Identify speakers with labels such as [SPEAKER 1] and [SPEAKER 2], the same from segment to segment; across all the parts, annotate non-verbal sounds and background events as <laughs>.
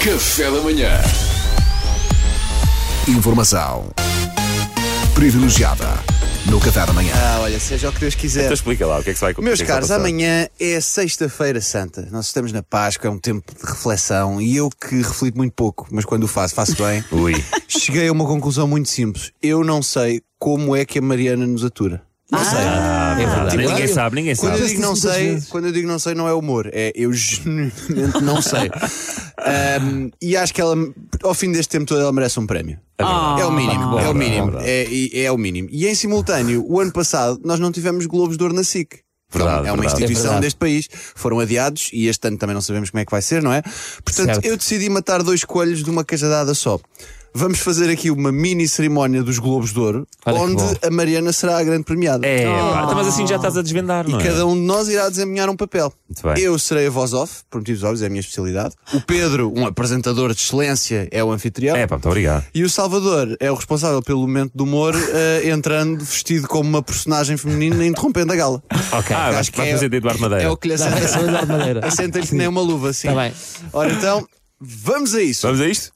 [SPEAKER 1] Café da Manhã. Informação privilegiada no Café da Manhã.
[SPEAKER 2] Ah, olha, seja o que Deus quiser.
[SPEAKER 3] Então explica lá o que é que se vai acontecer.
[SPEAKER 2] Meus caros, amanhã é sexta-feira santa. Nós estamos na Páscoa, é um tempo de reflexão e eu que reflito muito pouco, mas quando o faço, faço bem.
[SPEAKER 3] <laughs> Ui.
[SPEAKER 2] Cheguei a uma conclusão muito simples. Eu não sei como é que a Mariana nos atura. Não sei.
[SPEAKER 3] É verdade.
[SPEAKER 2] Tipo,
[SPEAKER 3] ninguém
[SPEAKER 2] eu-
[SPEAKER 3] sabe, ninguém
[SPEAKER 2] Quando
[SPEAKER 3] sabe.
[SPEAKER 2] eu digo não sei, quando eu digo não sei, não é humor, é eu genuinamente não sei. Ahm, e acho que ela, ao fim deste tempo todo, ela merece um prémio.
[SPEAKER 3] verdade.
[SPEAKER 2] é o mínimo,
[SPEAKER 3] Ah, que
[SPEAKER 2] é
[SPEAKER 3] bom,
[SPEAKER 2] o mínimo,
[SPEAKER 3] verdade.
[SPEAKER 2] é, e- é o mínimo. E em simultâneo, o ano passado nós não tivemos Globos de Ouro na SIC.
[SPEAKER 3] Verdade,
[SPEAKER 2] é uma
[SPEAKER 3] verdade.
[SPEAKER 2] instituição
[SPEAKER 4] É verdade.
[SPEAKER 2] deste país. Foram adiados e este ano também não sabemos como é que vai ser, não é? Portanto,
[SPEAKER 4] Certo.
[SPEAKER 2] eu decidi matar dois coelhos de uma cajadada só. Vamos fazer aqui uma mini cerimónia dos Globos de Ouro,
[SPEAKER 4] Olha que
[SPEAKER 2] onde
[SPEAKER 4] bom.
[SPEAKER 2] a Mariana será a grande premiada.
[SPEAKER 3] É, pá. Então, mas assim já estás a desvendar, não é?
[SPEAKER 2] Ah. Cada um de nós irá desempenhar um papel.
[SPEAKER 3] Muito bem.
[SPEAKER 2] Eu serei a voz off, por motivos óbvios, é a minha especialidade. O Pedro, um apresentador de excelência, é o anfitrião.
[SPEAKER 3] É, pá, muito obrigado.
[SPEAKER 2] E o Salvador é o responsável pelo momento do humor,
[SPEAKER 3] <laughs>
[SPEAKER 2] eh, entrando vestido como uma personagem feminina e interrompendo a gala.
[SPEAKER 3] Ok. Ah, vais,
[SPEAKER 2] Acho que
[SPEAKER 3] vais
[SPEAKER 2] é-
[SPEAKER 3] fazer de Eduardo Madeira.
[SPEAKER 2] É o que lhe
[SPEAKER 4] Dá para
[SPEAKER 2] assenta.
[SPEAKER 4] ser de madeira.
[SPEAKER 2] Assenta-lhe que nem uma luva, assim.
[SPEAKER 4] Está bem.
[SPEAKER 2] Ora então, vamos a isso.
[SPEAKER 3] Vamos a isto?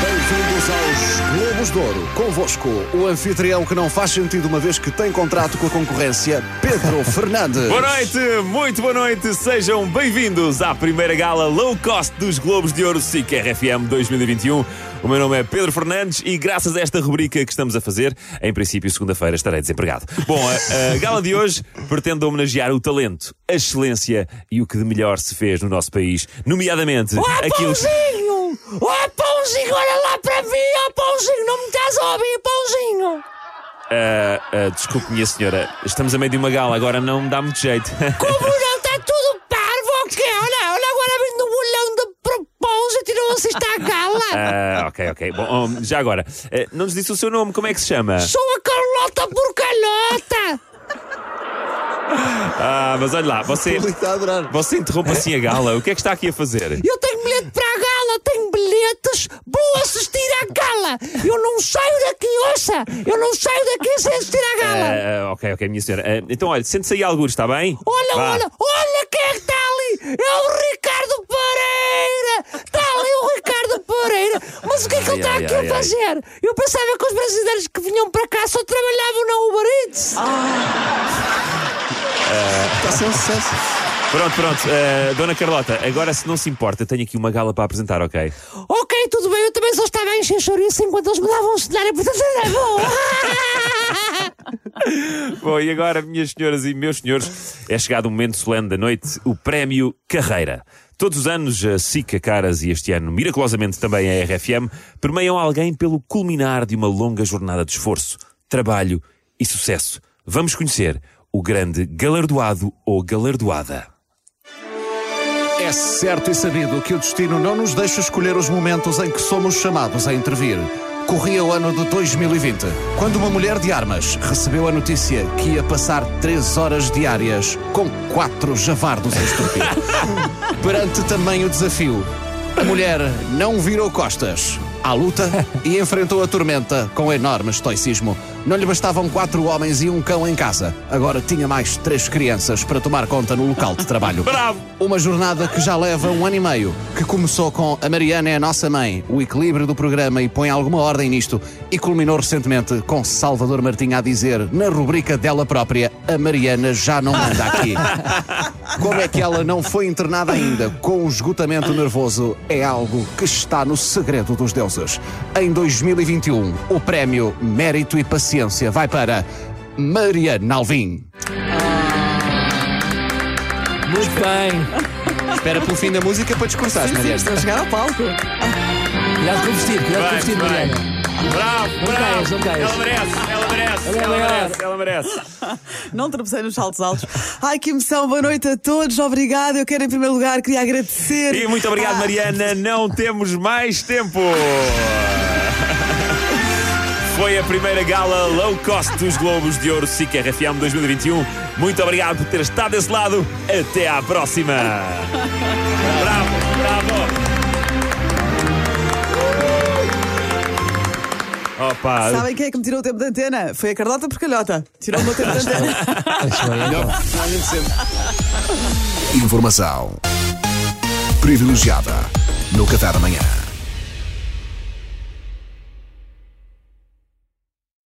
[SPEAKER 2] Bem-vindos aos Globos de Ouro. Convosco, o anfitrião que não faz sentido uma vez que tem contrato com a concorrência,
[SPEAKER 3] <laughs>
[SPEAKER 2] Pedro Fernandes.
[SPEAKER 3] Boa noite, muito boa noite, sejam bem-vindos à primeira gala low cost dos Globos de Ouro SIC RFM 2021. O meu nome é Pedro Fernandes e, graças a esta rubrica que estamos a fazer, em princípio, segunda-feira estarei desempregado. Bom, a, a gala de hoje pretende homenagear o talento, a excelência e o que de melhor se fez no nosso país, nomeadamente aqueles.
[SPEAKER 5] Pãozinho! Oh, pãozinho, olha lá para mim! Oh, pãozinho, não me estás a ouvir, pãozinho!
[SPEAKER 3] Ah, ah, desculpe, minha senhora, estamos a meio de uma gala, agora não me dá muito jeito.
[SPEAKER 5] Como não está tá tudo parvo, o quê? Olha, olha agora vindo um bolão de propósito e não assiste à
[SPEAKER 3] <laughs>
[SPEAKER 5] gala!
[SPEAKER 3] Ah, ok, ok. Bom, oh, já agora, ah, não nos disse o seu nome, como é que se chama?
[SPEAKER 5] Sou a Carlota por Carlota!
[SPEAKER 3] Ah, mas olha lá, você,
[SPEAKER 2] Ele está a adorar.
[SPEAKER 3] você interrompe assim a gala. O que é que está aqui a fazer?
[SPEAKER 5] Eu tenho bilhete para a gala, tenho bilhetes, vou assistir à gala! Eu não saio daqui, ouça! Eu não saio daqui sem assistir à gala!
[SPEAKER 3] Ah, ok, ok, minha senhora. Ah, então, olha, sente-se aí alguns, está bem?
[SPEAKER 5] Olha,
[SPEAKER 3] Vá.
[SPEAKER 5] olha, olha quem é que está ali! É o Ricardo Pereira! Está ali o Ricardo Pereira! Mas o que é que ele está
[SPEAKER 3] Ai, ai,
[SPEAKER 5] aqui
[SPEAKER 3] ai, ai.
[SPEAKER 5] a fazer? Eu pensava que os brasileiros que vinham para cá só trabalhavam na Uber Eats!
[SPEAKER 2] Está a ser um sucesso.
[SPEAKER 3] Pronto, pronto. Ah, Dona Carlota, agora, se não se importa, tenho aqui uma gala para apresentar, ok?
[SPEAKER 5] Ok, tudo bem, eu também só estava em isso enquanto eles me davam o cenário, portanto <laughs> era bom!
[SPEAKER 3] Bom, e agora, minhas senhoras e meus senhores, é chegado o momento solene da noite, o Prémio Carreira. Todos os anos, a SICA Caras e este ano, miraculosamente também a RFM, permeiam alguém pelo culminar de uma longa jornada de esforço, trabalho e sucesso. Vamos conhecer o grande galardoado ou galardoada.
[SPEAKER 2] É certo e sabido que o destino não nos deixa escolher os momentos em que somos chamados a intervir. Corria o ano de 2020, quando uma mulher de armas recebeu a notícia que ia passar três horas diárias com quatro javardos a estupir. Perante também o desafio, a mulher não virou costas à luta e enfrentou a tormenta com enorme estoicismo. Não lhe bastavam quatro homens e um cão em casa. Agora tinha mais três crianças para tomar conta no local de trabalho.
[SPEAKER 3] Bravo!
[SPEAKER 2] Uma jornada que já leva um ano e meio, que começou com A Mariana é a Nossa Mãe, o equilíbrio do programa e põe alguma ordem nisto, e culminou recentemente com Salvador Martinha a dizer, na rubrica dela própria, A Mariana já não manda aqui. Como é que ela não foi internada ainda com o esgotamento nervoso é algo que está no segredo dos deuses. Em 2021, o prémio Mérito e Paciência vai para Mariana Alvim.
[SPEAKER 4] Muito bem.
[SPEAKER 2] Espera pelo fim da música para discursar, Mariana.
[SPEAKER 4] a chegar ao palco. Cuidado com o vestido, cuidado com o
[SPEAKER 3] Vai,
[SPEAKER 4] vestido,
[SPEAKER 3] vai.
[SPEAKER 4] Mariana.
[SPEAKER 3] Bravo,
[SPEAKER 4] caias,
[SPEAKER 3] bravo!
[SPEAKER 4] não caias.
[SPEAKER 3] Ela merece, ela merece,
[SPEAKER 4] Ela é
[SPEAKER 3] ela
[SPEAKER 4] maior.
[SPEAKER 3] merece, ela merece.
[SPEAKER 6] Não tropecei nos saltos altos. Ai, que emoção. Boa noite a todos. Obrigada. Eu quero, em primeiro lugar, queria agradecer.
[SPEAKER 3] E muito obrigado,
[SPEAKER 6] à-
[SPEAKER 3] Mariana. Não temos mais tempo. Foi a primeira gala low cost dos Globos de Ouro SIC RFM 2021. Muito obrigado por ter estado desse lado. Até à próxima. Bravo, bravo. Opa,
[SPEAKER 6] Sabem quem é que me tirou o tempo de antena? Foi a Carlota Porcalhota. Tirou o meu tempo de antena.
[SPEAKER 4] Acho bem, então.
[SPEAKER 1] Informação privilegiada no Café da Manhã.